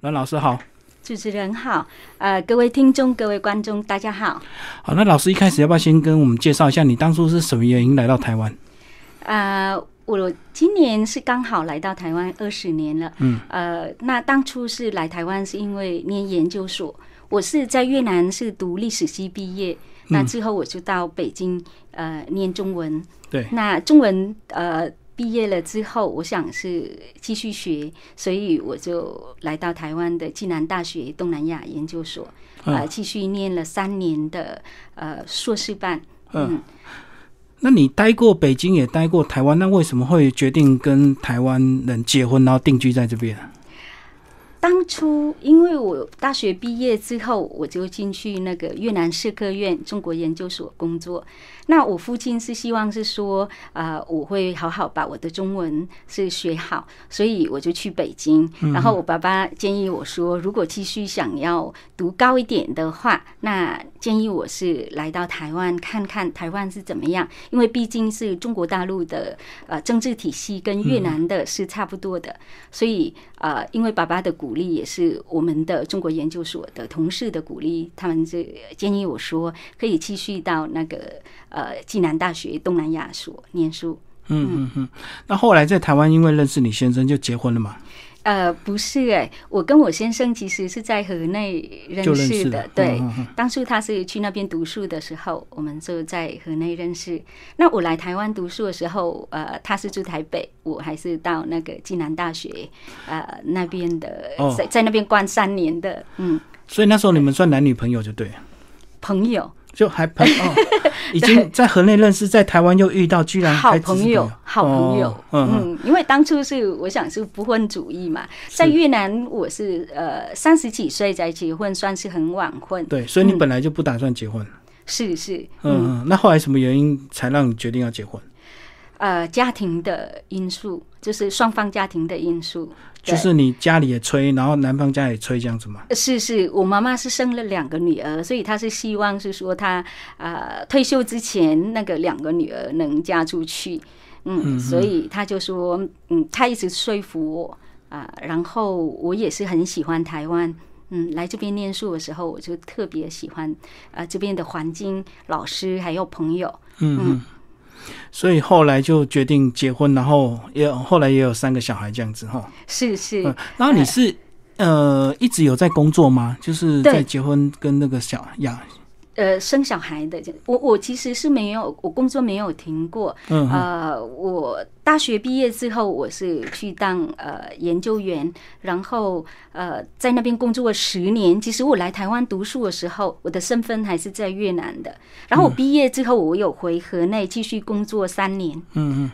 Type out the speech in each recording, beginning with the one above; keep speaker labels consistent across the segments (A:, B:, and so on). A: 阮老师好，
B: 主持人好，呃，各位听众、各位观众，大家好。
A: 好，那老师一开始要不要先跟我们介绍一下，你当初是什么原因来到台湾？
B: 呃，我今年是刚好来到台湾二十年了。嗯。呃，那当初是来台湾是因为念研究所，我是在越南是读历史系毕业，那之后我就到北京呃念中文。
A: 对，
B: 那中文呃毕业了之后，我想是继续学，所以我就来到台湾的暨南大学东南亚研究所，呃，
A: 嗯
B: 继续念了三年的呃硕士班。
A: 嗯，那你待过北京，也待过台湾，那为什么会决定跟台湾人结婚，然后定居在这边？
B: 当初因为我大学毕业之后，我就进去那个越南社科院中国研究所工作。那我父亲是希望是说，呃，我会好好把我的中文是学好，所以我就去北京。然后我爸爸建议我说，如果继续想要读高一点的话，那建议我是来到台湾看看台湾是怎么样，因为毕竟是中国大陆的呃政治体系跟越南的是差不多的。所以呃，因为爸爸的鼓励，也是我们的中国研究所的同事的鼓励，他们这建议我说可以继续到那个呃暨南大学东南亚所念书。
A: 嗯嗯嗯。那后来在台湾，因为认识你先生就结婚了嘛？
B: 呃，不是哎、我跟我先生其实是在河内认
A: 就认
B: 识
A: 识
B: 的，
A: 了
B: 对，
A: 嗯嗯嗯
B: 当初他是去那边读书的时候，我们就在河内认识。那我来台湾读书的时候，呃，他是住台北，我还是到那个暨南大学，呃，那边的，
A: 哦
B: 在在那边关三年的，嗯，
A: 所以那时候你们算男女朋友就对了，
B: 朋友，
A: 就还朋友、 哦已经在河内认识，在台湾又遇到，居然
B: 好
A: 还只是
B: 朋友，好朋友
A: 哦，嗯嗯
B: 嗯，因为当初是我想是不婚主义嘛，在越南我是呃三十几岁才结婚，算是很晚婚，
A: 对，所以你本来就不打算结婚。
B: 是是，
A: 嗯
B: 嗯。
A: 嗯，嗯那后来什么原因才让你决定要结婚？
B: 呃家庭的因素，就是双方家庭的因素。对
A: 就是你家里也催，然后男方家也催这样子嘛。
B: 是是，我妈妈是生了两个女儿，所以她是希望是说她呃退休之前那个两个女儿能嫁出去，嗯，所以她就说，嗯，她一直说服我啊、然后我也是很喜欢台湾。嗯，来这边念书的时候，我就特别喜欢，呃，这边的环境、老师还有朋友，
A: 嗯嗯。所以后来就决定结婚，然后也后来也有三个小孩这样子哈。
B: 是是，
A: 嗯，然后你是呃一直有在工作吗？就是
B: 对
A: 在结婚跟那个小呀，
B: 呃，生小孩的，我我其实是没有，我工作没有停过。
A: 嗯嗯
B: 呃，我大学毕业之后，我是去当呃研究员，然后呃在那边工作了十年。其实我来台湾读书的时候，我的身份还是在越南的。然后我毕业之后，我有回河内继续工作三年。
A: 嗯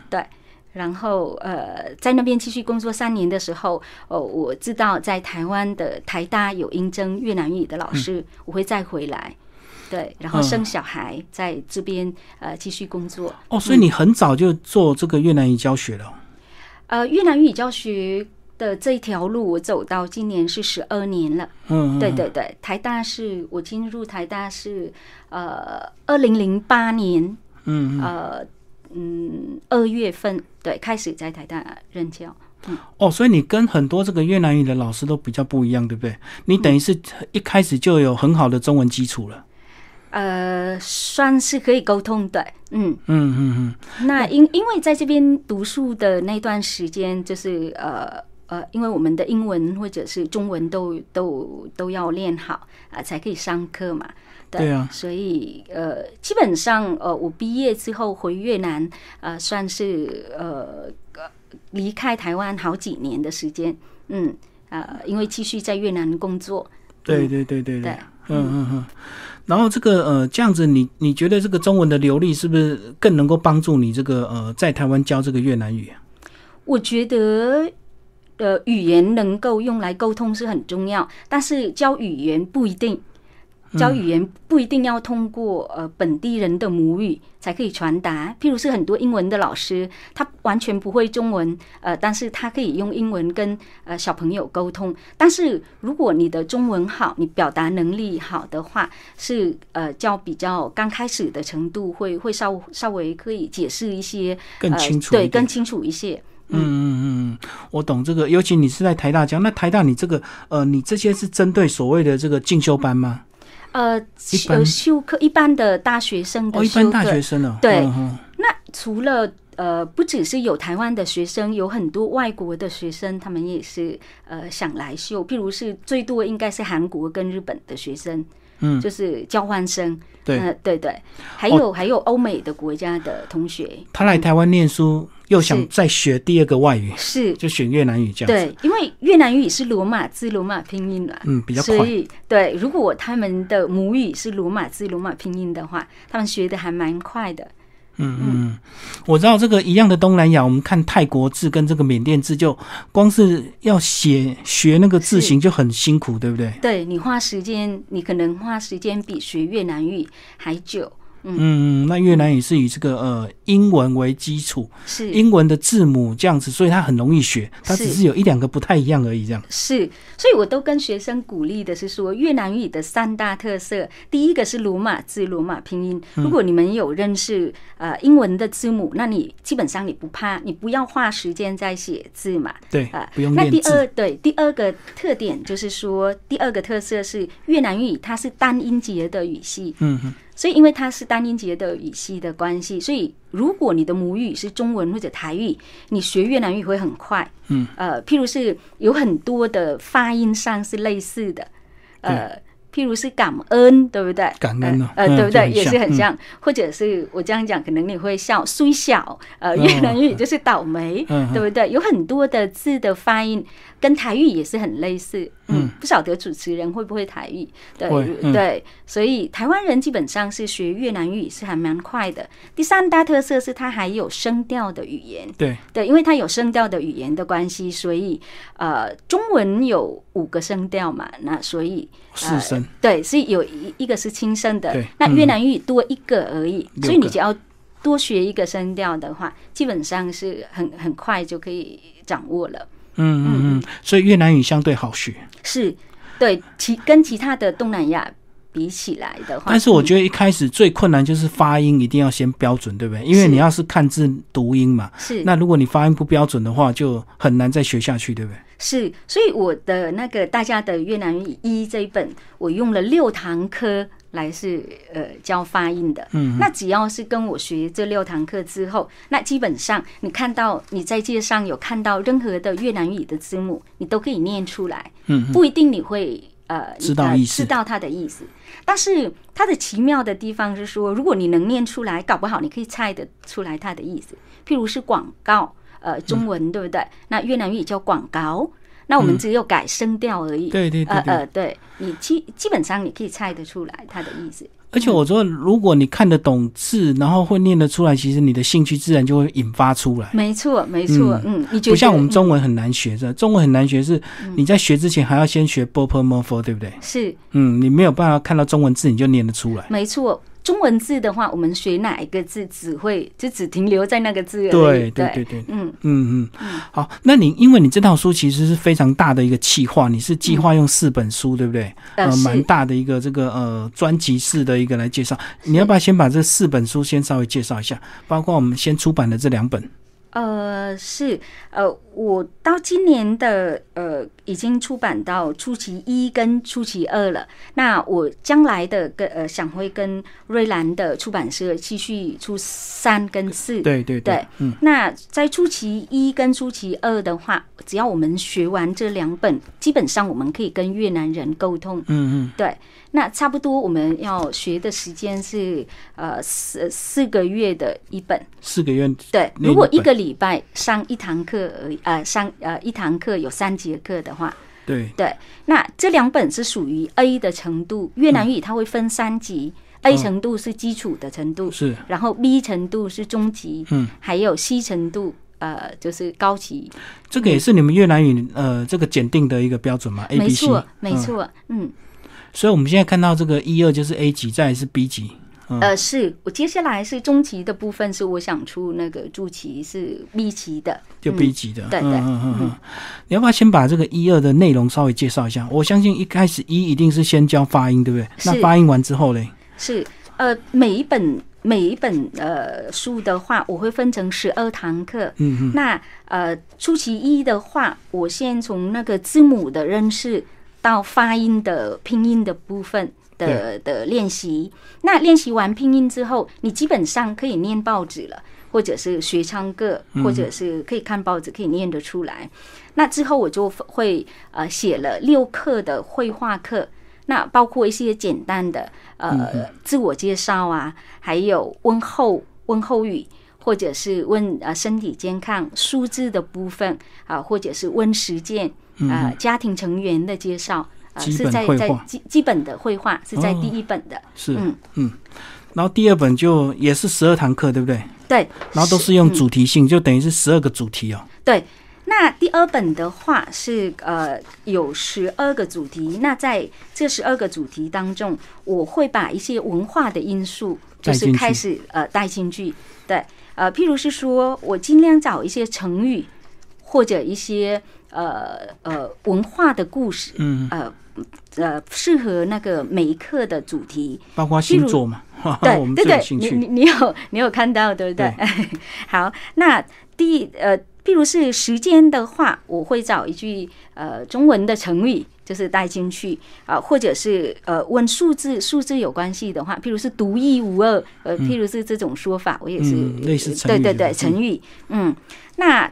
B: 然后呃，在那边继续工作三年的时候，哦，我知道在台湾的台大有应征越南语的老师，我会再回来。对，然后
A: 嗯
B: 生小孩，在这边呃继续工作。
A: 嗯。哦，所以你很早就做这个越南语教学了。
B: 呃，越南语教学的这一条路，我走到今年是十二年了。
A: 嗯，嗯
B: 对对对，台大是我进入台大是呃二零零八年，
A: 嗯
B: 呃嗯二月份对开始在台大任教。
A: 哦，所以你跟很多这个越南语的老师都比较不一样，对不对？你等于是一开始就有很好的中文基础了。
B: 呃，算是可以沟通的，嗯，
A: 嗯嗯嗯。
B: 那因因为在这边读书的那段时间，就是呃呃，因为我们的英文或者是中文都都都要练好啊、才可以上课嘛。
A: 对啊
B: 所以呃，基本上呃，我毕业之后回越南，呃，算是呃呃离开台湾好几年的时间，嗯呃，因为继续在越南工作，
A: 对对对对
B: 对，
A: 嗯嗯嗯。然后这个呃，这样子你你觉得这个中文的流利是不是更能够帮助你这个呃在台湾教这个越南语？
B: 我觉得，呃，语言能够用来沟通是很重要，但是教语言不一定，教语言不一定要通过呃本地人的母语才可以传达。譬如是很多英文的老师，他完全不会中文，呃，但是他可以用英文跟呃小朋友沟通。但是如果你的中文好，你表达能力好的话，是呃教比较刚开始的程度会会稍稍微可以解释一些
A: 更
B: 呃
A: 清楚一
B: 对，
A: 点
B: 更清楚一些。
A: 嗯嗯嗯，我懂这个，尤其你是在台大教，那台大你这个呃，你这些是针对所谓的这个进修班吗？
B: 呃，
A: 一般
B: 有修课，一般的大学生
A: 哦，
B: 的
A: 一
B: 修
A: 般大
B: 课，
A: 学生哦，
B: 对
A: 嗯嗯
B: 那除了呃，不只是有台湾的学生，有很多外国的学生，他们也是呃想来秀。譬如是最多应该是韩国跟日本的学生，
A: 嗯
B: 就是交换生。
A: 对哦
B: 呃、对对，还有、还有欧美的国家的同学
A: 他来台湾念书，又想
B: 是
A: 再学第二个外语，
B: 是。
A: 就选越南语这样子。
B: 对，因为越南语是罗马字罗马拼音嘛，
A: 嗯，比较
B: 所
A: 快。
B: 以对，如果他们的母语是罗马字罗马拼音的话，他们学的还蛮快的。
A: 嗯嗯，我知道这个一样的东南亚，我们看泰国字跟这个缅甸字，就光是要写学那个字形就很辛苦，对不对？
B: 对你花时间，你可能花时间比学越南语还久，
A: 嗯，那越南语是以这个呃英文为基础，
B: 是
A: 英文的字母这样子，所以它很容易学，它
B: 是
A: 只是有一两个不太一样而已，这样。
B: 是，所以我都跟学生鼓励的是说，越南语的三大特色，第一个是罗马字、罗马拼音。如果你们有认识呃英文的字母，那你基本上你不怕，你不要花时间在写字嘛。
A: 对
B: 啊，
A: 不用
B: 那
A: 练
B: 第
A: 字。
B: 二对第二个特点就是说，第二个特色是越南语它是单音节的语系，
A: 嗯嗯
B: 所以因为它是单音节的语系的关系，所以如果你的母语是中文或者台语，你学越南语会很快。
A: 嗯，
B: 呃，譬如是有很多的发音上是类似的，呃，譬如是感恩，对不对？
A: 感恩啊
B: 呃，
A: 嗯
B: 呃对不
A: 就
B: 对？
A: 很
B: 也是
A: 像
B: 很
A: 嗯
B: 像，或者是我这样讲，可能你会笑，虽小，呃，
A: 嗯
B: 越南语就是倒霉，
A: 嗯
B: 对不对？有很多的字的发音跟台语也是很类似，嗯，不晓得主持人会不会台语？对
A: 会嗯
B: 对，所以台湾人基本上是学越南语是还蛮快的。第三大特色是它还有声调的语言，
A: 对，
B: 对，因为它有声调的语言的关系，所以呃，中文有五个声调嘛，那所以
A: 四声。
B: 对，是有一一个是轻声的
A: 对，
B: 那越
A: 嗯
B: 南语多一个而已，
A: 六
B: 所以你
A: 个
B: 只要多学一个声调的话，基本上是很很快就可以掌握了。
A: 嗯嗯嗯，所以越南语相对好学。
B: 是，对其跟其他的东南亚比起来的话，嗯
A: 但是我觉得一开始最困难就是发音一定要先标准，对不对？因为
B: 是
A: 你要是看字读音嘛，
B: 是
A: 那如果你发音不标准的话，就很难再学下去，对不对？
B: 是，所以我的那个大家的越南语一这一本，我用了六堂课来是呃教发音的。嗯，那只要是跟我学这六堂课之后，那基本上你看到你在街上有看到任何的越南语的字母，你都可以念出来。
A: 嗯，
B: 不一定你会呃
A: 知道
B: 呃
A: 意思
B: 知道它的意思。但是它的奇妙的地方是说，如果你能念出来，搞不好你可以猜得出来它的意思。譬如是广告，
A: 嗯
B: 呃，中文、对不对？那越南语叫广告，那我们只有改声调而已。
A: 对对对
B: 呃
A: 对。
B: 呃，对你基基本上你可以猜得出来它的意思。
A: 而且我说，如果你看得懂字，然后会念得出来，其实你的兴趣自然就会引发出来。
B: 没错，没错，嗯，你觉得
A: 嗯不像我们中文很难学的，中文很难学是你在学之前还要先学 b o p e r m o r 对不对？
B: 是
A: 嗯，你没有办法看到中文字你就念得出来。
B: 没错。中文字的话，我们学哪一个字只会就只停留在那个字而已。
A: 对
B: 对
A: 对对对，
B: 嗯，
A: 嗯嗯，好，那你因为你这套书其实是非常大的一个企划，你是计划用四本书，对不对？
B: 呃，
A: 呃，蛮
B: 是
A: 大的一个这个呃专辑式的一个来介绍。你要不要先把这四本书先稍微介绍一下？包括我们先出版的这两本，
B: 呃，是呃，我到今年的呃，已经出版到初期一跟初期二了。那我将来的跟呃，想会跟瑞兰的出版社继续出三跟四。
A: 对对
B: 对
A: 嗯
B: 那在初期一跟初期二的话，只要我们学完这两本，基本上我们可以跟越南人沟通。
A: 嗯
B: 对，那差不多我们要学的时间是呃四四个月的一本。
A: 嗯，四个月，
B: 对，
A: 那
B: 如果
A: 一
B: 一
A: 本
B: 个礼拜上一堂课而已，呃，上呃一堂课有三节课的话，
A: 对，
B: 对，那这两本是属于 A 的程度，越南语它会分三级、a
A: 嗯
B: 程度是基础的程度，
A: 是，
B: 然后 B 程度是中级，
A: 嗯，
B: 还有 C 程度，呃，就是高级。
A: 这个也是你们越南语呃这个检定的一个标准嘛，A
B: 没
A: B C，
B: 错，没错，嗯，
A: 所以我们现在看到这个一二就是 A 级，再来是 B 级，嗯
B: 呃，是我接下来是中级的部分，是我想出那个助棋是 B 级的，
A: 就 B 级的，
B: 对
A: 嗯
B: 对
A: 嗯嗯嗯，你要不要先把这个一二的内容稍微介绍一下？我相信一开始一一定是先教发音，对不对？那
B: 是
A: 发音完之后嘞，
B: 是，呃，每一本每一本呃书的话，我会分成十二堂课。
A: 嗯嗯，
B: 那呃，初期一的话，我先从那个字母的认识到发音的拼音的部分的的练习。那练习完拼音之后，你基本上可以念报纸了，或者是学唱歌，或者是可以看报纸，可以念得出来。那之后我就会呃写了六课的绘画课。那包括一些简单的
A: 嗯
B: 呃自我介绍啊，还有问候问候语，或者是问呃身体健康、数字的部分啊、或者是问实践啊、呃家庭成员的介绍啊、
A: 嗯
B: 呃
A: 基
B: 是
A: 本
B: 在
A: 绘
B: 在
A: 画
B: 基基本的绘画是在
A: 哦
B: 第一本的，
A: 是
B: 嗯
A: 嗯。然后第二本就也是十二堂课，对不对？
B: 对，
A: 然后都是
B: 嗯
A: 用主题性，就等于是十二个主题哦。
B: 对，那第二本的话是呃有十二个主题，那在这十二个主题当中，我会把一些文化的因素，就
A: 带
B: 是
A: 进去
B: 开始呃带进去，对，呃，譬如是说我尽量找一些成语或者一些呃呃文化的故事，
A: 嗯，
B: 呃呃适合那个每一课的主题，
A: 包括星座嘛， 哈哈，我
B: 对
A: 们
B: 对
A: 最有
B: 对，
A: 兴
B: 你
A: 趣。
B: 你你有你有看到对不对？ 好，那第呃，譬如是时间的话，我会找一句呃中文的成语，就是带进去啊、或者是呃问数字数字有关系的话，譬如是独一无二，呃，譬如是这种说法，我也是、呃
A: 嗯类似成
B: 对
A: 语
B: 对
A: 的
B: 对
A: 嗯
B: 成语，嗯，那。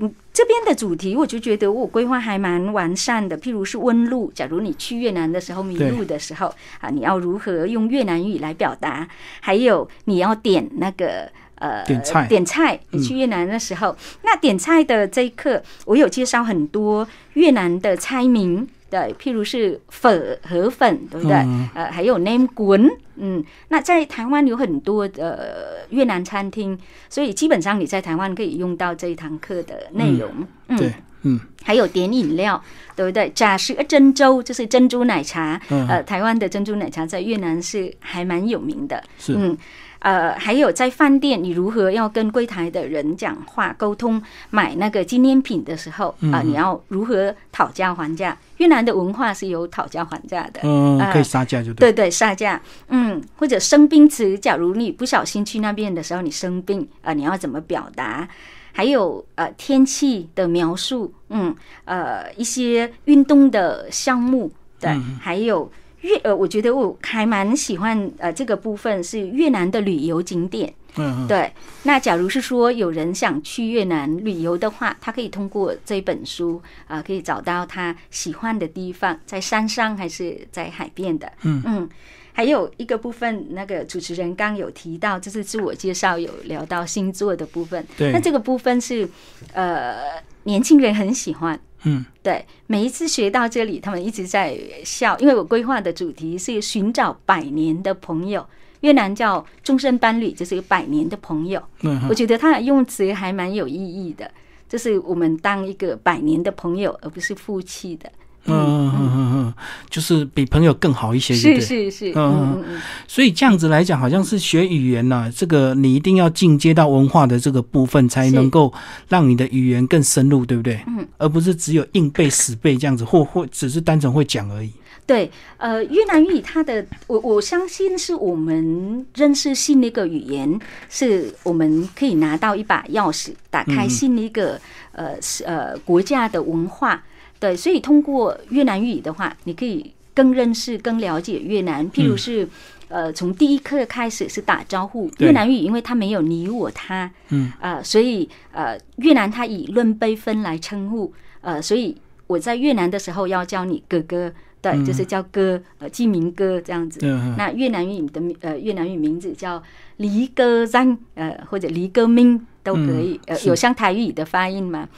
B: 嗯，这边的主题我就觉得我规划还蛮完善的。譬如是问路，假如你去越南的时候迷
A: 对
B: 路的时候啊，你要如何用越南语来表达？还有你要点那个呃
A: 点菜嗯
B: 点菜。你去越南的时候，那点菜的这一课，我有介绍很多越南的菜名。对，譬如是粉河粉，对不对？
A: 嗯
B: 呃，还有 name 滚，嗯，那在台湾有很多的、呃、越南餐厅，所以基本上你在台湾可以用到这一堂课的内容。嗯
A: 对，嗯
B: 还有点饮料，对不对？假设珍珠就是珍珠奶茶，
A: 嗯，
B: 呃，台湾的珍珠奶茶在越南是还蛮有名的。
A: 是
B: 嗯，呃，还有在饭店，你如何要跟柜台的人讲话沟通？买那个纪念品的时候啊、你要如何讨价还价？越南的文化是有讨价还价的。
A: 嗯，可以
B: 呃
A: 杀价就对。
B: 对对，杀价，嗯，或者生病时，假如你不小心去那边的时候，你生病啊、呃你要怎么表达？还有呃天气的描述，嗯，呃一些运动的项目，对，
A: 嗯
B: 还有越呃，我觉得我还蛮喜欢呃这个部分是越南的旅游景点，
A: 嗯嗯，
B: 对，那假如是说有人想去越南旅游的话，他可以通过这本书啊、可以找到他喜欢的地方，在山上还是在海边的。
A: 嗯
B: 还有一个部分，那个主持人刚有提到，就是自我介绍有聊到星座的部分。那
A: 对，
B: 这个部分是呃年轻人很喜欢。
A: 嗯，
B: 对，每一次学到这里，他们一直在笑，因为我规划的主题是寻找百年的朋友，越南叫终身伴侣，就是百年的朋友。
A: 嗯嗯
B: 我觉得它的用词还蛮有意义的，就是我们当一个百年的朋友，而不是夫妻的。
A: 嗯嗯嗯，就是比朋友更好一些，
B: 是
A: 对对？
B: 是是，
A: 嗯
B: 嗯嗯
A: 所以这样子来讲，好像是学语言呐、这个你一定要进阶到文化的这个部分，才
B: 是
A: 能够让你的语言更深入，对不对？
B: 嗯，
A: 而不是只有硬背死背这样子，或或只是单纯会讲而已。
B: 嗯，对，呃，越南语它的，我我相信是我们认识新的一个语言，是我们可以拿到一把钥匙，打开新的一个、呃是呃国家的文化。对，所以通过越南语的话，你可以更认识、更了解越南。譬如
A: 嗯
B: 是，呃，从第一课开始是打招呼。
A: 对
B: 越南语因为它没有你我他，
A: 嗯，
B: 呃，所以呃，越南它以论辈分来称呼，呃，所以我在越南的时候要叫你哥哥，对，就是叫哥，呃，记明哥这样子。
A: 嗯嗯
B: 那越南语的名呃越南语名字叫离歌danh，呃或者离歌命都可以，
A: 嗯
B: 呃
A: 是
B: 有像台语的发音嘛？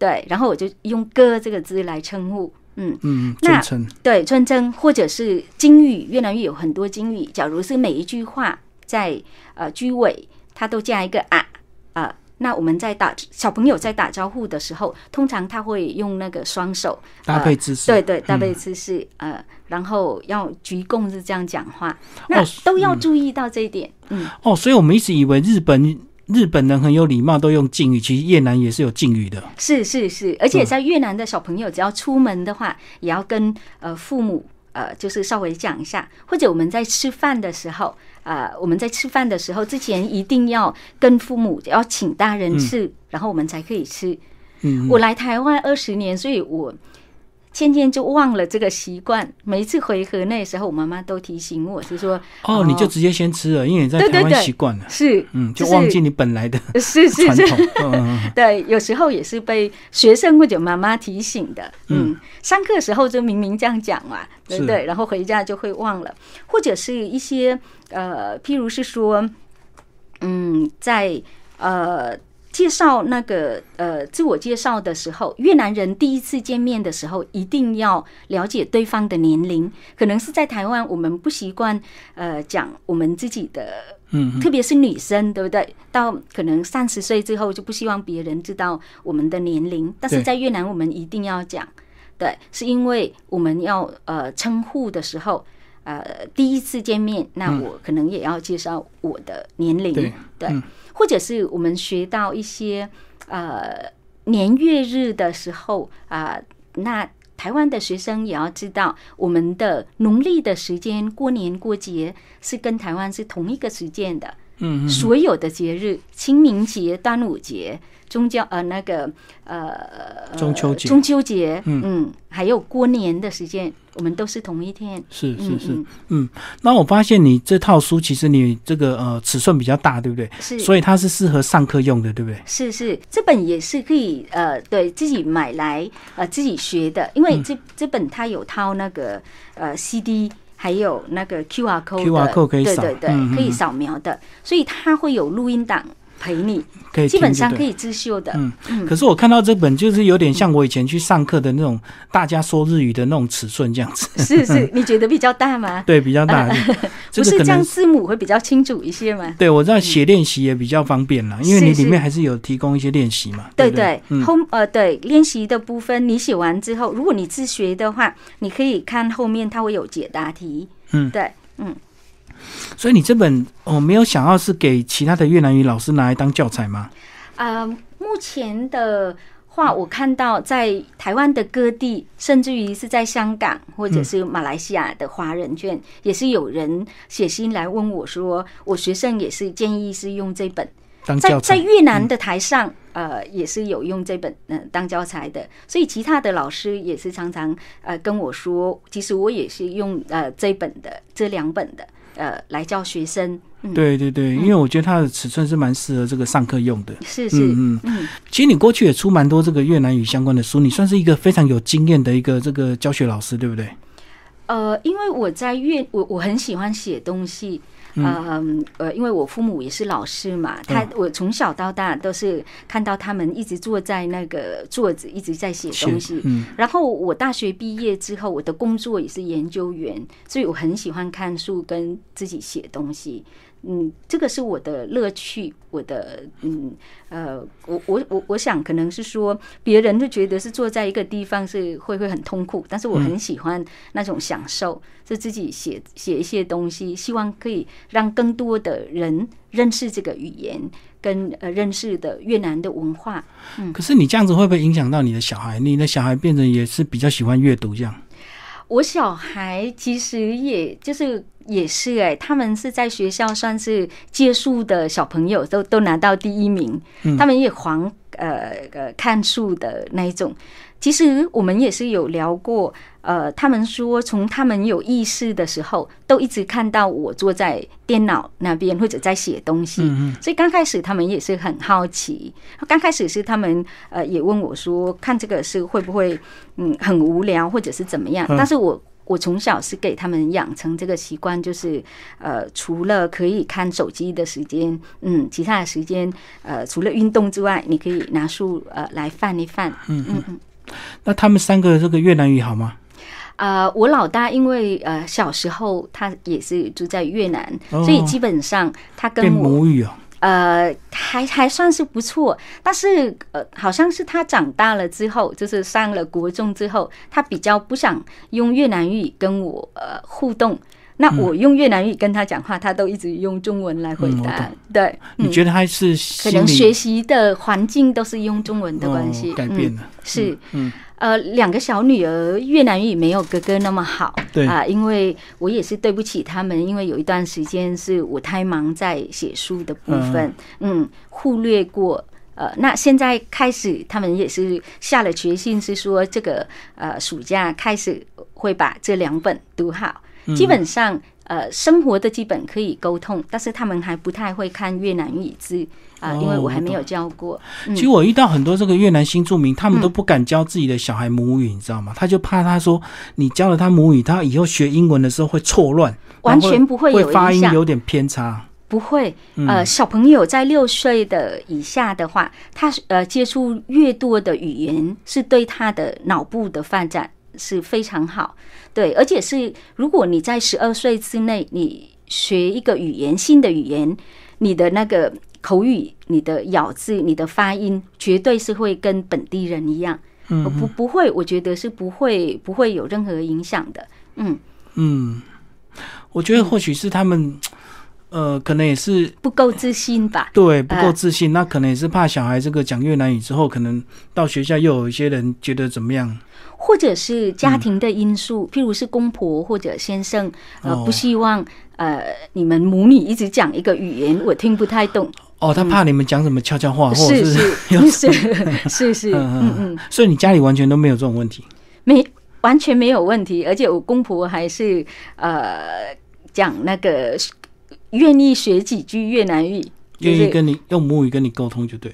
B: 对，然后我就用“哥”这个字来称呼，嗯，
A: 嗯，
B: 那
A: 真诚。
B: 对，尊称或者是金语，越南语有很多金语，假如是每一句话在呃句尾它都加一个啊啊、那我们在打小朋友在打招呼的时候，通常他会用那个双手
A: 搭
B: 呃
A: 配姿势、
B: 对对，搭配姿势，呃，然后要鞠躬是这样讲话，那
A: 哦
B: 都要注意到这一点。嗯，
A: 哦，所以我们一直以为日本日本人很有礼貌，都用敬语，其实越南也是有敬语的。
B: 是是是，而且在越南的小朋友只要出门的话，也要跟呃父母。呃，就是稍微讲一下，或者我们在吃饭的时候，呃，我们在吃饭的时候之前一定要跟父母要请大人吃，然后我们才可以吃。
A: 嗯，
B: 我来台湾二十年，所以我渐渐就忘了这个习惯。每一次回河内的时候，我妈妈都提醒我，就说
A: 哦，你就直接先吃了，因为你在
B: 对对
A: 台湾
B: 对
A: 习惯了，
B: 是
A: 嗯，就
B: 就是
A: 忘记你本来的
B: 是是
A: 传
B: 是，
A: 统。嗯嗯嗯
B: 对，有时候也是被学生或者妈妈提醒的。嗯，上课的时候就明明这样讲嘛，对不对？然后回家就会忘了，或者是一些呃，譬如是说，嗯，在呃。介绍那个呃，自我介绍的时候，越南人第一次见面的时候，一定要了解对方的年龄。可能是在台湾，我们不习惯呃讲我们自己的
A: 嗯
B: 特别是女生，对不对？到可能三十岁之后就不希望别人知道我们的年龄，但是
A: 对
B: 在越南我们一定要讲，对，是因为我们要呃称呼的时候，呃第一次见面，那我可能也要介绍我的年龄，
A: 嗯对嗯
B: 或者是我们学到一些呃年月日的时候啊、那台湾的学生也要知道，我们的农历的时间过年过节是跟台湾是同一个时间的，
A: 嗯嗯，
B: 所有的节日，清明节、端午节、宗教呃那个呃
A: 中秋节
B: 中秋节，
A: 嗯
B: 嗯还有过年的时间，我们都是同一天。
A: 是是
B: 嗯
A: 是
B: 嗯，，
A: 嗯。那我发现你这套书其实你这个呃尺寸比较大，对不对？
B: 是
A: 所以它是适合上课用的，对不对？
B: 是是，这本也是可以呃，对自己买来呃自己学的，因
A: 嗯
B: 为这、这本它有套那个呃 CD。还有那个 QR code，
A: QR
B: 的
A: code 可以
B: 对
A: 扫
B: 对对，
A: 嗯嗯
B: 可以
A: 嗯
B: 扫描的，所以它会有录音档陪你，
A: 可以听，嗯
B: 基本上
A: 对不
B: 可
A: 对。
B: 以自修的。
A: 可是我看到这本就是有点像我以前去上课的那种大家说日语的那种尺寸这样子，
B: 是是，你觉得比较大吗？
A: 对，比较大。 这
B: 呃
A: 个
B: 不是
A: 可
B: 这样
A: 能
B: 字母会比较清楚一些吗？
A: 对我知道写练习也比较方便了，因为
B: 是
A: 你里
B: 是
A: 面还是有提供一些练习嘛。
B: 对
A: 不对嗯
B: 嗯对，，后呃对练习的部分，你写完之后，如果你自学的话，你可以看后面它会有解答题。
A: 嗯
B: 对，
A: 所以你这本我、哦、没有想要是给其他的越南语老师拿来当教材吗？
B: 呃，目前的话，我看到在台湾的各地，甚至于是在香港或者是马来西亚的华人圈，也是有人写信来问我说，我学生也是建议是用这本。
A: 当
B: 在
A: 嗯教
B: 在
A: 材？
B: 越南的台上，呃，也是有用这本嗯、呃当教材的，所以其他的老师也是常常呃跟我说，其实我也是用呃这本的这两本的呃来教学生，嗯，
A: 对对对，因为我觉得它的尺寸是蛮适合这个上课用的。
B: 是是，
A: 嗯嗯，
B: 嗯
A: 其实你过去也出蛮多这个越南语相关的书，你算是一个非常有经验的一个这个教学老师，对不对？
B: 呃，因为我在越我我很喜欢写东西，嗯呃，因为我父母也是老师嘛，他我从小到大都是看到他们一直坐在那个桌子一直在写
A: 写
B: 东西，
A: 嗯，
B: 然后我大学毕业之后，我的工作也是研究员，所以我很喜欢看书跟自己写东西。嗯，这个是我的乐趣，我的嗯呃，我我我我想可能是说，别人就觉得是坐在一个地方是会会很痛苦，但是我很喜欢那种享受，是自己写写一些东西，希望可以让更多的人认识这个语言，跟呃认识的越南的文化。
A: 可是你这样子会不会影响到你的小孩？你的小孩变成也是比较喜欢阅读这样？
B: 我小孩其实也就是也是哎、他们是在学校算是借书的小朋友，都都拿到第一名，
A: 嗯
B: 他们也狂呃呃看书的那一种。其实我们也是有聊过，呃，他们说从他们有意识的时候，都一直看到我坐在电脑那边或者在写东西，
A: 嗯
B: 所以刚开始他们也是很好奇，刚开始是他们呃也问我说，看这个是会不会嗯很无聊或者是怎么样，
A: 嗯
B: 但是我。我从小是给他们养成这个习惯，就是呃，除了可以看手机的时间，嗯，其他的时间，呃，除了运动之外，你可以拿书呃来翻一翻，嗯嗯嗯。
A: 嗯，那他们三个这个越南语好吗？
B: 呃，我老大因为呃小时候他也是住在越南，
A: 哦
B: 所以基本上他
A: 变
B: 跟我
A: 母语哦，
B: 呃，还还算是不错，但是呃，好像是他长大了之后，就是上了国中之后，他比较不想用越南语跟我呃互动。
A: 嗯
B: 那我用越南语跟他讲话，他都一直用中文来回
A: 嗯我
B: 答。对，
A: 你觉得他是
B: 可
A: 心
B: 能
A: 理
B: 学习的环境都是用中文的关系、
A: 哦改
B: 嗯
A: 变了？
B: 是，
A: 嗯
B: 呃，两个小女儿越南语没有哥哥那么好，
A: 对
B: 啊、因为我也是对不起他们，因为有一段时间是我太忙在写书的部分，嗯，忽略过。呃，那现在开始，他们也是下了决心，是说这个呃暑假开始会把这两本读好。
A: 嗯
B: 基本上，呃，生活的基本可以沟通，但是他们还不太会看越南语字啊、因为
A: 哦
B: 我
A: 我
B: 还没
A: 懂
B: 有教过。
A: 其实我遇到很多这个越南新住民，他们都不敢教自己的小孩母语，你知道吗？他就怕他说你教了他母语，他以后学英文的时候会错乱，
B: 完全
A: 然后
B: 不会有
A: 会发
B: 影
A: 音
B: 响
A: 有点偏差。
B: 不会，呃，小朋友在六岁的以下的话，他是呃接触越多的语言，是对他的脑部的发展是非常好。对，而且是如果你在十二岁之内，你学一个语言，新的语言，你的那个口语、你的咬字、你的发音，绝对是会跟本地人一样，呃不不会，我觉得是不会不会有任何影响的。嗯，
A: 嗯，我觉得或许是他们，呃，可能也是
B: 不够自信吧？
A: 对不够
B: 呃
A: 自信，那可能也是怕小孩这个讲越南语之后，可能到学校又有一些人觉得怎么样？
B: 或者是家
A: 嗯
B: 庭的因素，譬如是公婆或者先生，呃，
A: 哦
B: 不希望呃你们母女一直讲一个语言，我听不太懂。
A: 哦，他怕你们讲什么悄悄话，哦或者
B: 嗯
A: 是，
B: 是是是是是，嗯嗯，
A: 所以你家里完全都没有这种问题。
B: 没完全没有问题，而且我公婆还是呃讲那个愿意学几句越南语，就
A: 愿意
B: 是
A: 跟你用母语跟你沟通就对，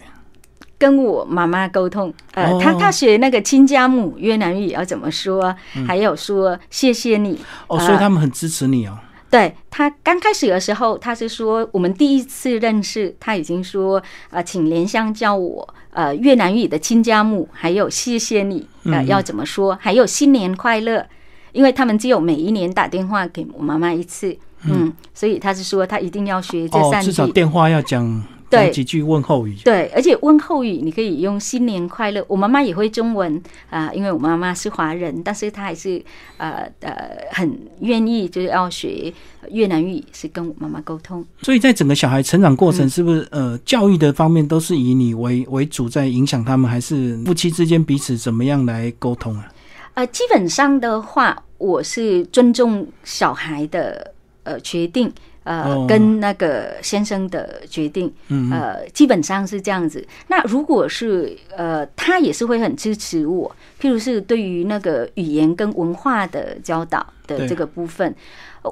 B: 跟我妈妈沟通，呃，
A: 哦
B: 她她学那个亲家母越南语要怎么说，
A: 嗯
B: 还有说谢谢你，
A: 哦，
B: 呃
A: 所以他们很支持你哦，
B: 对他刚开始的时候，他是说我们第一次认识，他已经说呃，请莲香教我呃越南语的亲家母，还有谢谢你
A: 嗯
B: 呃要怎么说，还有新年快乐，因为他们只有每一年打电话给我妈妈一次，嗯，所以他是说他一定要学这
A: 哦，
B: 三
A: 至少
B: 句。
A: 电话要讲
B: 对
A: 讲几句问候语，
B: 对，而且问候语你可以用“新年快乐”。我妈妈也会中文啊、因为我妈妈是华人，但是她还是呃呃很愿意就是要学越南语，是跟我妈妈沟通。
A: 所以在整个小孩成长过
B: 嗯
A: 程，是不是、呃教育的方面都是以你为为主在影响他们，还是夫妻之间彼此怎么样来沟通啊？
B: 呃，基本上的话，我是尊重小孩的呃决定，呃，
A: 哦
B: 跟那个先生的决定，
A: 嗯
B: 呃，基本上是这样子。那如果是呃，他也是会很支持我，譬如是对于那个语言跟文化的教导的
A: 对
B: 这个部分。呃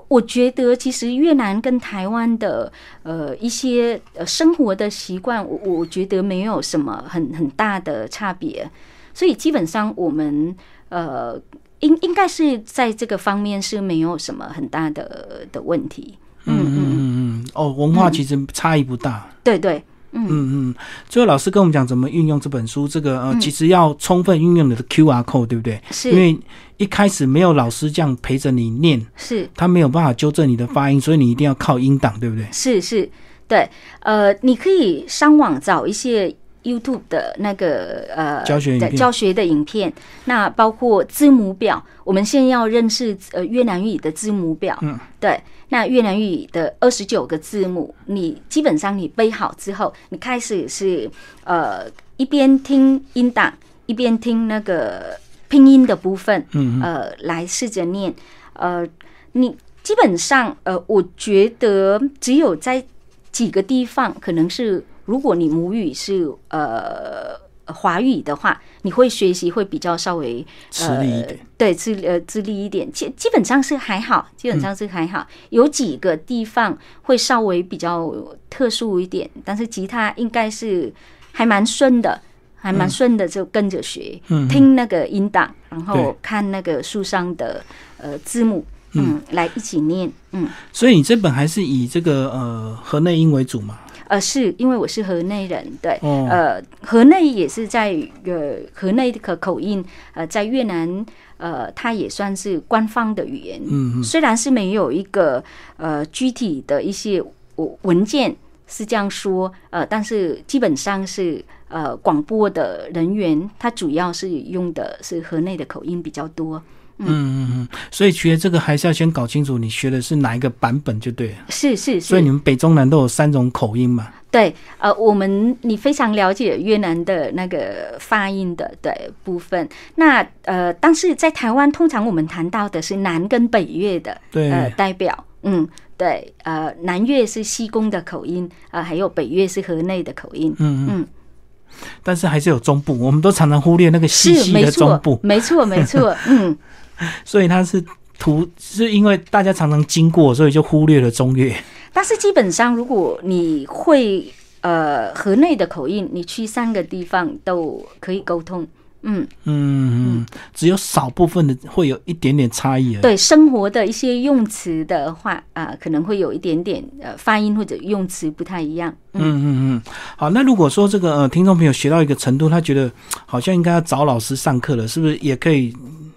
B: 我觉得其实越南跟台湾的呃一些呃生活的习惯，我我觉得没有什么很很大的差别，所以基本上我们呃应应该是在这个方面是没有什么很大的的问题。嗯嗯，
A: 嗯嗯，哦，文化其实差异不大。
B: 对对，嗯，
A: 嗯嗯，最后老师跟我们讲怎么运用这本书，这个呃，其实要充分运用你的 Q R code，对不对？因
B: 是
A: 为一开始没有老师这样陪着你念，
B: 是
A: 他没有办法纠正你的发音，所以你一定要靠音档，对不对？
B: 是是，对，呃，你可以上网找一些 YouTube 的那个呃
A: 教学影
B: 的
A: 片
B: 教学的影片，那包括字母表，我们先要认识呃越南语的字母表，
A: 嗯，
B: 对，那越南语的二十九个字母，你基本上你背好之后，你开始是呃一边听音档，一边听那个拼音的部分，
A: 嗯
B: 呃，来试着念，呃，你基本上呃，我觉得只有在几个地方，可能是如果你母语是呃华语的话，你会学习会比较稍微
A: 吃力一点。
B: 对，自呃自立一点，基基本上是还好，基本上是还好。
A: 嗯
B: 有几个地方会稍微比较特殊一点，但是吉他应该是还蛮顺的，还蛮顺的，就跟着学，
A: 嗯
B: 听那个音档，然
A: 对
B: 后看那个树上的呃字母，嗯，来一起念，嗯，
A: 所以你这本还是以这个呃河内音为主嘛？
B: 呃，是因为我是河内人，对，
A: 哦
B: 呃，河内也是在呃河内的口音，呃，在越南呃，它也算是官方的语言，
A: 嗯
B: 虽然是没有一个呃具体的一些文文件是这样说，呃，但是基本上是呃广播的人员，他主要是用的是河内的口音比较多，
A: 所以学这个还是要先搞清楚你学的是哪一个版本就对了。
B: 是是是，
A: 所以你们北中南都有三种口音嘛？
B: 对，呃，我们你非常了解越南的那个发音的对部分。那呃，但是在台湾，通常我们谈到的是南跟北越的
A: 对
B: 呃代表，嗯，对，呃，南越是西贡的口音，呃，还有北越是河内的口音，
A: 嗯嗯
B: 嗯。
A: 但是还是有中部，我们都常常忽略那个细
B: 是
A: 细
B: 没
A: 的中
B: 错
A: 部，，
B: 没 错，没错，嗯，
A: 所以它是图是因为大家常常经过，所以就忽略了中越。
B: 但是基本上，如果你会呃河内的口音，你去三个地方都可以沟通。嗯，
A: 嗯，只有少部分的会有一点点差异而已。
B: 对，生活的一些用词的话啊、可能会有一点点呃发音或者用词不太一样。嗯，
A: 嗯嗯嗯，好，那如果说这个呃，听众朋友学到一个程度，他觉得好像应该要找老师上课了，是不是也可以？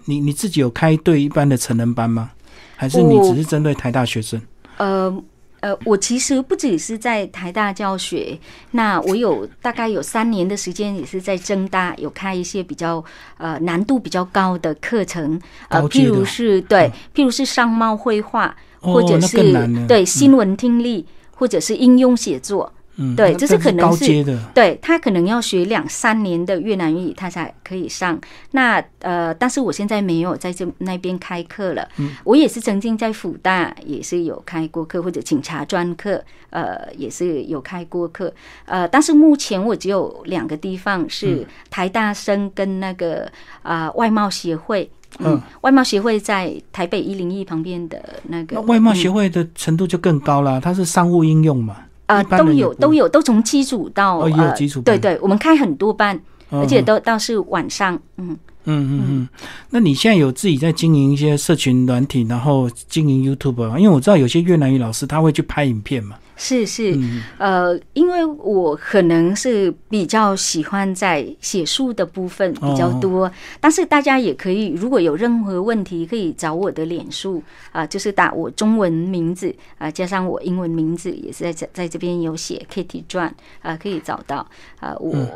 A: 你你自己有开对一般的成人班吗？还是你
B: 我
A: 只是针对台大学生？
B: 呃呃，我其实不只是在台大教学，那我有大概有三年的时间也是在正大有开一些比较呃难度比较高的课程，呃，
A: 高阶
B: 譬
A: 的嗯
B: 如是对，譬如是商贸绘画，
A: 哦
B: 或者
A: 那
B: 是、
A: 更难了
B: 对新闻听力，或者是应用写作。
A: 嗯，
B: 对
A: 那
B: 这是
A: 更
B: 可能
A: 高
B: 是
A: 阶的，
B: 对他可能要学两三年的越南语，他才可以上。那呃，但是我现在没有在这那边开课了。
A: 嗯
B: 我也是曾经在辅大也是有开过课，或者警察专课，呃，也是有开过课。呃，但是目前我只有两个地方
A: 嗯
B: 是台大生跟那个啊、呃外贸协会。
A: 嗯
B: 嗯，外贸协会在台北一零一旁边的那个
A: 那外贸
B: 嗯
A: 协会的程度就更高了，它是商务应用嘛，
B: 啊，
A: 一般人
B: 都
A: 也
B: 有
A: 不
B: 都有，都从基础到
A: 哦也有
B: 呃
A: 基础
B: 对
A: 班
B: 对，我们开很多班，
A: 嗯
B: 而且都倒是晚上，嗯，
A: 嗯嗯嗯。那你现在有自己在经营一些社群软体，然后经营 YouTube 吗？因为我知道有些越南语老师他会去拍影片嘛。
B: 是是，
A: 嗯，
B: 呃，因为我可能是比较喜欢在写书的部分
A: 哦
B: 比较多，但是大家也可以如果有任何问题，可以找我的脸书啊，就是打我中文名字啊，加上我英文名字，也是在这在这边有写 Kitty 传啊，可以找到啊我
A: 嗯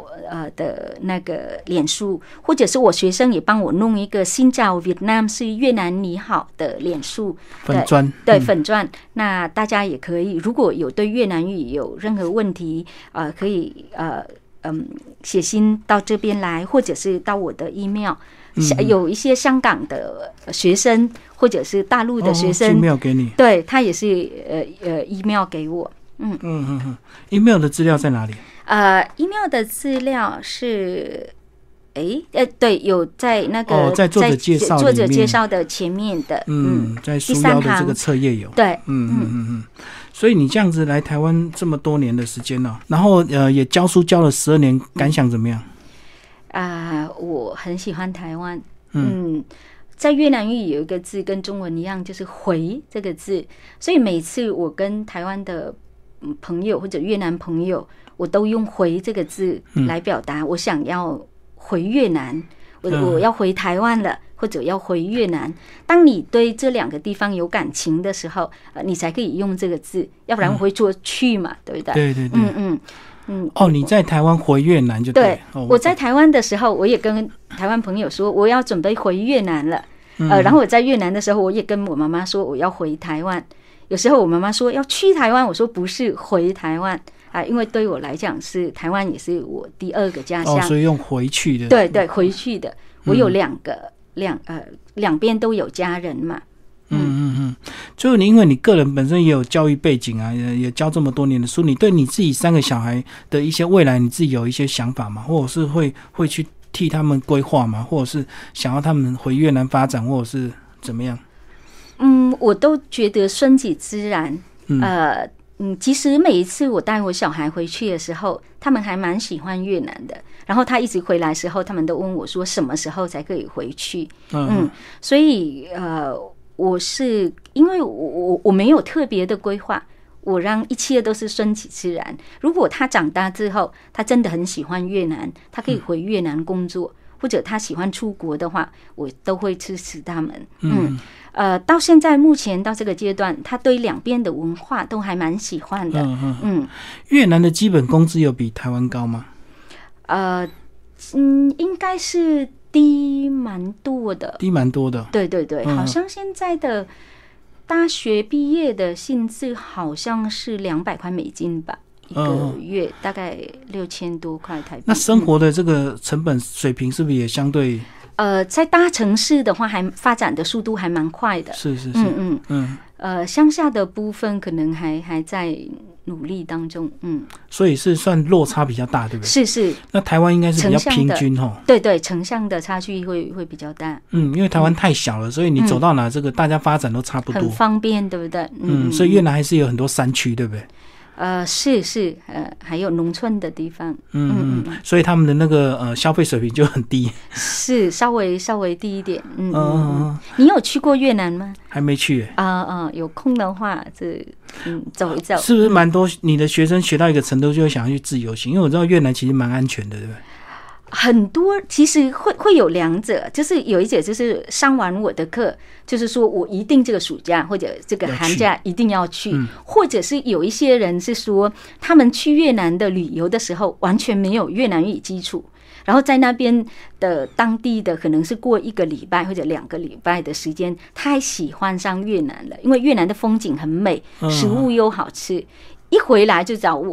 B: 呃的那个脸书，或者是我学生也帮我弄一个新教 Vietnam 是越南你好的脸书，
A: 粉砖
B: 对
A: 嗯
B: 粉钻，那大家也可以，如果有对越南语有任何问题，呃，可以呃嗯写信到这边来，或者是到我的 email。像
A: 嗯
B: 有一些香港的学生或者是大陆的学
A: 哦、
B: 生，
A: ，email 给你，
B: 对他也是呃呃 email 给我。
A: 嗯嗯嗯，email 的资料在哪里？
B: 呃，email 的资料是。诶，呃，对，有在那个、
A: 哦在作者介绍
B: 作
A: 里
B: 者介
A: 面
B: 绍的前面的，
A: 嗯，在书
B: 第三
A: 腰的这个
B: 行
A: 册页有。
B: 对，
A: 嗯嗯嗯嗯，所以你这样子来台湾这么多年的时间了、然后呃也教书教了十二年，感想怎么样？
B: 嗯啊、我很喜欢台湾。嗯在越南语有一个字跟中文一样，就是“回”这个字，所以每次我跟台湾的嗯朋友或者越南朋友，我都用“回”这个字来表达我想要回越南，我
A: 嗯
B: 我要回台湾了。或者要回越南，当你对这两个地方有感情的时候，呃，你才可以用这个字，要不然我会做去嘛，对嗯不对？
A: 对对对，
B: 嗯嗯嗯。
A: 哦，你在台湾回越南就
B: 对
A: 了，哦，
B: 我在台湾的时候，我也跟台湾朋友说我要准备回越南了。
A: 嗯
B: 呃，然后我在越南的时候，我也跟我妈妈说我要回台湾。有时候我妈妈说要去台湾，我说不是回台湾啊，因为对我来讲是台湾也是我第二个家乡。
A: 哦，所以嗯用回去的，
B: 对对，回去的我有两个、两呃两边都有家人嘛。
A: 嗯嗯嗯，就是你因为你个人本身也有教育背景啊，也也教这么多年的书，你对你自己三个小孩的一些未来，你自己有一些想法吗？或者是会会去替他们规划吗？或者是想要他们回越南发展，或者是怎么样？
B: 嗯，我都觉得顺其自然。
A: 嗯
B: 呃，嗯，其实每一次我带我小孩回去的时候，他们还蛮喜欢越南的。然后他一直回来的时候，他们都问我说什么时候才可以回去。
A: 嗯
B: 嗯，所以呃，我是因为我我我没有特别的规划，我让一切都是顺其自然。如果他长大之后，他真的很喜欢越南，他可以回越南工作，或者他喜欢出国的话，我都会支持他们。嗯，呃，到现在目前到这个阶段，他对两边的文化都还蛮喜欢的。
A: 嗯嗯，
B: 嗯，
A: 越南的基本工资有比台湾高吗？
B: 呃，嗯，应该是低蛮多的。
A: 低蛮多的。
B: 对对对，
A: 嗯
B: 好像现在的大学毕业的薪资好像是两百块美金吧，一
A: 嗯
B: 个
A: 嗯
B: 月大概六千多块台币。
A: 那生活的这个成本水平是不是也相对
B: 呃，在大城市的话，还发展的速度还蛮快的。
A: 是是
B: 嗯
A: 是
B: 嗯，
A: 嗯，
B: 呃，乡下的部分可能还还在努力当中。嗯，
A: 所以是算落差比较大，对不对？
B: 是是，
A: 那台湾应该是比较
B: 城乡
A: 平
B: 的
A: 均哈，
B: 对对，城乡的差距会会比较大，
A: 嗯，因为台湾太小了，所以你走到哪这个大家发展都差不
B: 很
A: 多，
B: 方便，对不对？
A: 嗯，所以越南还是有很多山区，对不对？
B: 呃是是呃，还有农村的地方，
A: 嗯
B: 嗯
A: 嗯，所以他们的那个呃消费水平就很低，
B: 是稍微稍微低一点。
A: 嗯
B: 嗯嗯嗯
A: 嗯，
B: 嗯，
A: 嗯
B: 你有去过越南吗？
A: 还没去耶。
B: 啊啊，有空的话，这嗯走一走。
A: 是不是蛮多你的学生学到一个程度就会想要去自由行？因为我知道越南其实蛮安全的，对不对？
B: 很多其实会会有两者，就是有一者就是上完我的课，就是说我一定这个暑假或者这个
A: 要去
B: 寒假一定要去，
A: 嗯
B: 或者是有一些人是说他们去越南的旅游的时候完全没有越南语基础。然后在那边的当地的可能是过一个礼拜或者两个礼拜的时间，太喜欢上越南了，因为越南的风景很美，
A: 嗯
B: 食物又好吃，一回来就找我，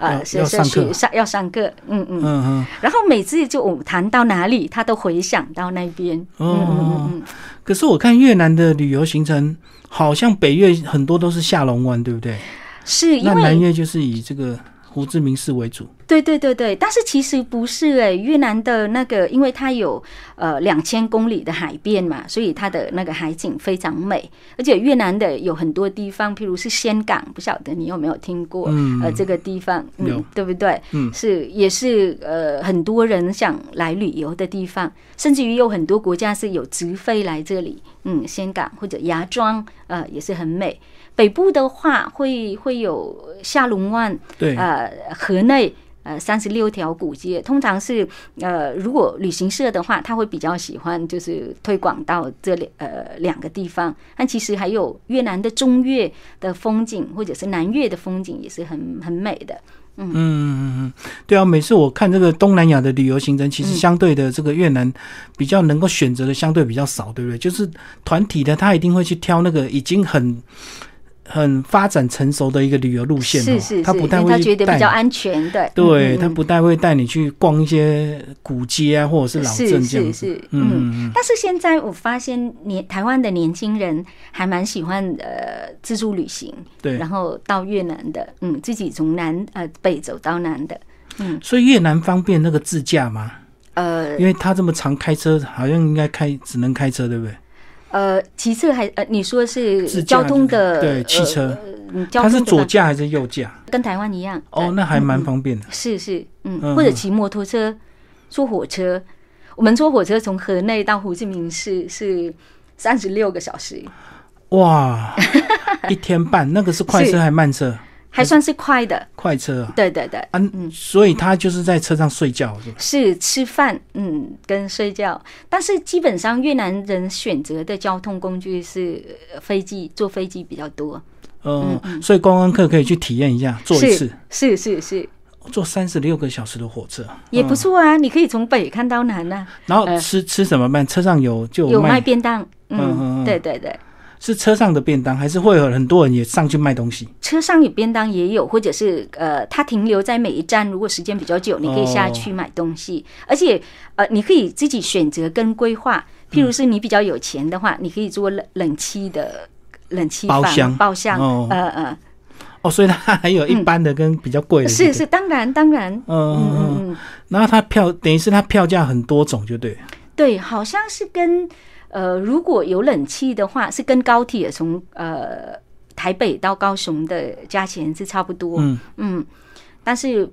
A: 要
B: 呃，是
A: 要
B: 是
A: 上课
B: 是上要上课，嗯嗯。
A: 嗯嗯。
B: 然后每次就我谈到哪里，他都回想到那边。嗯
A: 哦
B: 嗯嗯嗯，
A: 可是我看越南的旅游行程，好像北越很多都是下龙湾，对不对？
B: 是因
A: 那南
B: 为
A: 越就是以这个胡志明市为主。
B: 对对对对，但是其实不是诶、越南的那个，因为它有呃两千公里的海边嘛，所以它的那个海景非常美。而且越南的有很多地方，譬如是仙港，不晓得你有没有听过？
A: 嗯
B: 呃，这个地方，
A: 有
B: 嗯，对不对？
A: 嗯
B: 是也是呃很多人想来旅游的地方，甚至于有很多国家是有直飞来这里，嗯，香港或者芽庄，呃，也是很美。北部的话会会有下龙湾，
A: 对，
B: 呃，河内。呃，三十六条古街，通常是呃，如果旅行社的话，他会比较喜欢就是推广到这里呃两个地方。但其实还有越南的中越的风景，或者是南越的风景，也是很很美的。
A: 嗯嗯嗯，对啊。每次我看这个东南亚的旅游行程，其实
B: 嗯
A: 相对的这个越南比较能够选择的相对比较少，对不对？就是团体的，他一定会去挑那个已经很。很发展成熟的一个旅游路线、哦，
B: 是是是，
A: 他不
B: 因
A: 太
B: 为
A: 会
B: 他
A: 去
B: 觉得
A: 带
B: 比较
A: 你
B: 安全的。
A: 对，他
B: 嗯嗯
A: 不太会带你去逛一些古街啊，或者是老镇
B: 是
A: 这样
B: 是
A: 子。
B: 是，嗯。
A: 嗯，
B: 但是现在我发现年台湾的年轻人还蛮喜欢呃自助旅行，
A: 对
B: 然。后到越南的，嗯，自己从南呃北走到南的，
A: 所以越南方便那个自驾吗？
B: 呃
A: 因为他这么常开车，好像应该开只能开车，对不对？
B: 呃，其次还呃你说
A: 自
B: 是
A: 驾
B: 交通的
A: 对汽车，
B: 呃交
A: 他
B: 通
A: 是
B: 的
A: 左
B: 吧
A: 驾还是右驾？
B: 跟台湾一样
A: 哦，
B: 对嗯
A: 那还蛮方便的。
B: 是是，
A: 嗯
B: 嗯，或者骑摩托车、坐火车。我们坐火车从河内到胡志明市是三十六个小时，
A: 哇，一天半， 那个是快车
B: 是
A: 还慢车？
B: 还算是快的。
A: 快车啊，
B: 对对对，
A: 啊所以他就是在车上睡觉，是吧？
B: 是吃饭，嗯，跟睡觉。但是基本上越南人选择的交通工具是呃飞机，坐飞机比较多。
A: 嗯，所以观光客可以去体验一下，坐一
B: 是
A: 次，
B: 是是是，
A: 坐三十六个小时的火车，哦
B: 也不错啊，你可以从北看到南呐、
A: 然后
B: 呃
A: 吃吃什么饭？车上有就
B: 有
A: 卖
B: 卖便当，
A: 嗯嗯
B: 嗯，
A: 嗯
B: 对对对。
A: 是车上的便当，还是会有很多人也上去卖东西？
B: 车上有便当也有，或者是呃，它停留在每一站，如果时间比较久，你可以下去买东西，
A: 哦
B: 而且呃，你可以自己选择跟规
A: 嗯
B: 划。譬如是你比较有钱的话，你可以做冷冷气的冷气
A: 包
B: 房
A: 厢
B: 包厢，
A: 哦
B: 呃呃，
A: 哦，所以它还有一般的跟比较贵的、
B: 是，是，当然当然，
A: 嗯
B: 嗯
A: 嗯嗯。
B: 嗯嗯，
A: 然后它票等于是它票价很多种，就对。
B: 对，好像是跟呃，如果有冷气的话，是跟高铁从呃台北到高雄的价钱是差不多，
A: 嗯
B: 嗯，但是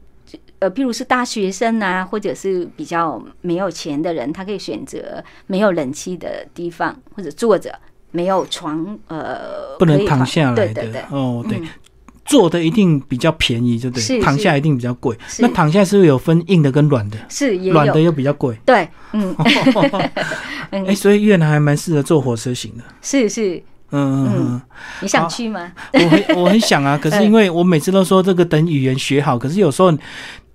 B: 呃，譬如是大学生啊，或者是比较没有钱的人，他可以选择没有冷气的地方，或者坐着没有床，呃，
A: 不能
B: 可以
A: 躺
B: 躺
A: 下来
B: 对
A: 的。
B: 对对，
A: 哦，对，
B: 嗯
A: 坐的一定比较便宜，就对。
B: 是
A: 躺
B: 是
A: 下一定比较贵。
B: 是
A: 那躺下是不是有分硬的跟软的？
B: 是也
A: 软的
B: 有
A: 又比较 贵。
B: 对，嗯，
A: 哎、所以越南还蛮适合坐火车行的。
B: 是是，
A: 嗯嗯嗯。
B: 你
A: 好
B: 想去吗？
A: 我很我很想 啊，可是因为我每次都说这个等语言学好，可是有时候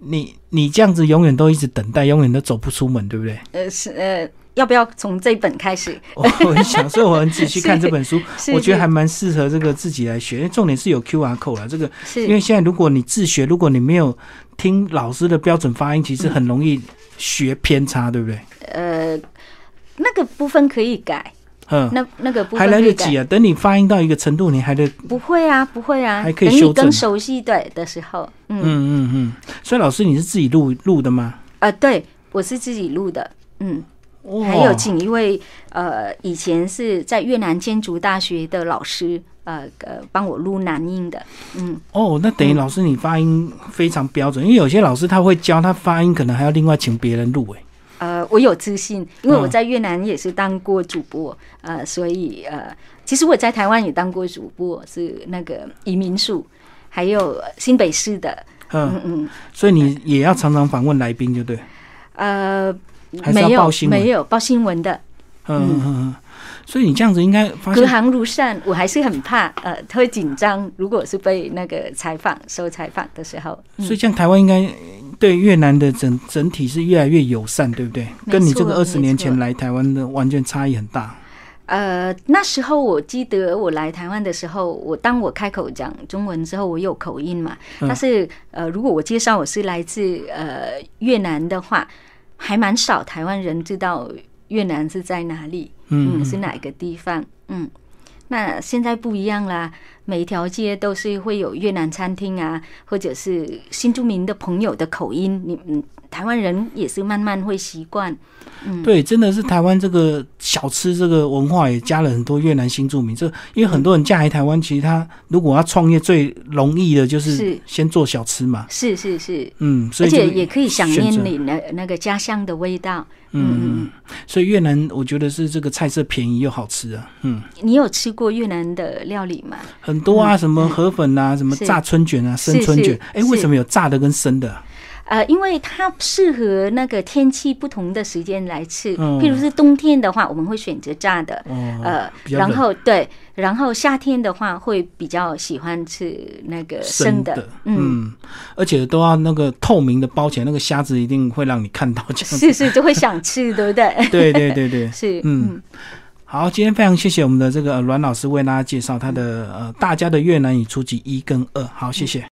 A: 你你这样子永远都一直等待，永远都走不出门，对不对？
B: 呃，是呃，要不要从这本开始？
A: 我很想，所以我很仔细看这本书，
B: 是
A: 我觉得
B: 是
A: 还蛮适合这个自己来学。因为重点是有 QR code 啊啦，这个因为
B: 是
A: 现在如果你自学，如果你没有听老师的标准发
B: 嗯
A: 音，其实很容易学偏差，对不对？
B: 呃那个部分可以改，
A: 嗯，
B: 那那个部
A: 还
B: 分
A: 来
B: 可以
A: 得
B: 改
A: 及。啊！等你发音到一个程度，你还得
B: 不会啊，不会啊，
A: 还可以
B: 等
A: 修
B: 你
A: 正
B: 更熟悉对的时候，
A: 嗯
B: 嗯
A: 嗯嗯。所以老师你是自己录录的吗？
B: 呃，对我是自己录的，嗯，
A: 哇
B: 还有请一位呃以前是在越南建筑大学的老师，呃呃帮我录南音的，嗯，
A: 哦，那等于
B: 嗯
A: 老师你发音非常标准，因为有些老师他会教他发音，可能还要另外请别人录哎诶。
B: 呃，我有自信，因为
A: 嗯
B: 我在越南也是当过主播，呃，所以呃，其实我在台湾也当过主播，是那个移民署，还有新北市的，
A: 嗯，
B: 嗯嗯，
A: 所以你也要常常访问来宾，就对。
B: 呃，
A: 还是要
B: 没
A: 报
B: 有
A: 新闻
B: 没有报新闻的，
A: 嗯嗯嗯嗯。所以你这样子应该发
B: 隔
A: 现，
B: 行如善，我还是很怕，呃，会紧张。如果是被那个采访、受采访的时候，嗯
A: 所以这样台湾应该对越南的整整体是越来越友善，对不对？
B: 没错
A: 跟你这个二十年
B: 没
A: 前
B: 错
A: 来台湾的完全差异很大。
B: 呃，那时候我记得我来台湾的时候，我当我开口讲中文之后，我有口音嘛。
A: 嗯
B: 但是呃，如果我介绍我是来自呃越南的话，还蛮少台湾人知道越南是在哪里，
A: 嗯
B: 嗯，，是哪个地方，嗯。那现在不一样啦，每一条街都是会有越南餐厅啊，或者是新住民的朋友的口音，你嗯，台湾人也是慢慢会习惯。
A: 对，真的是台湾这个小吃这个文化也加了很多越南新住民。这因为很多人嫁来台湾，其实他如果要创业，最容易的就是
B: 是
A: 先做小吃嘛。
B: 是是是，
A: 嗯，所
B: 而
A: 以
B: 且
A: 这个
B: 也可以想
A: 选
B: 念
A: 择
B: 你那那个家乡的味道。
A: 嗯，嗯嗯，所以越南我觉得是这个菜色便宜又好吃啊，嗯，
B: 你有吃过越南的料理吗？
A: 很多啊，什么河粉啊，什么
B: 嗯是
A: 炸春卷啊，生
B: 是
A: 春卷
B: 是，
A: 哎，为
B: 是
A: 什么有炸的跟生的啊？
B: 呃，因为它适合那个天气不同的时间来吃，
A: 嗯
B: 譬如是冬天的话，我们会选择炸的。
A: 哦，
B: 呃，
A: 比较冷
B: 然后对，然后夏天的话会比较喜欢吃那个生的，
A: 的，
B: 嗯，
A: 嗯，而且都要那个透明的包起来，那个虾子一定会让你看到 这样子。
B: 是是就会想吃，对不 对？
A: 对对对对，
B: 是，
A: 嗯，好，今天非常谢谢我们的这个呃阮老师为大家介绍他的呃大家的越南语初级一跟二，好，谢谢。